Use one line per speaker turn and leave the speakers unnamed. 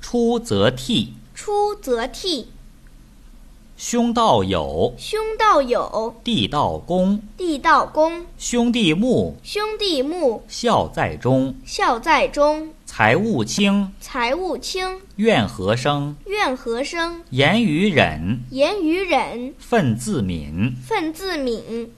出则悌，
出则悌，
兄道友，
兄道友，
弟道恭，
弟道恭，
兄弟睦，
兄弟睦，
孝在中，
孝在中，
财物轻，
财物轻，
怨和生，
怨和生，
言语忍，
言语忍，
忿自泯。
忿自泯。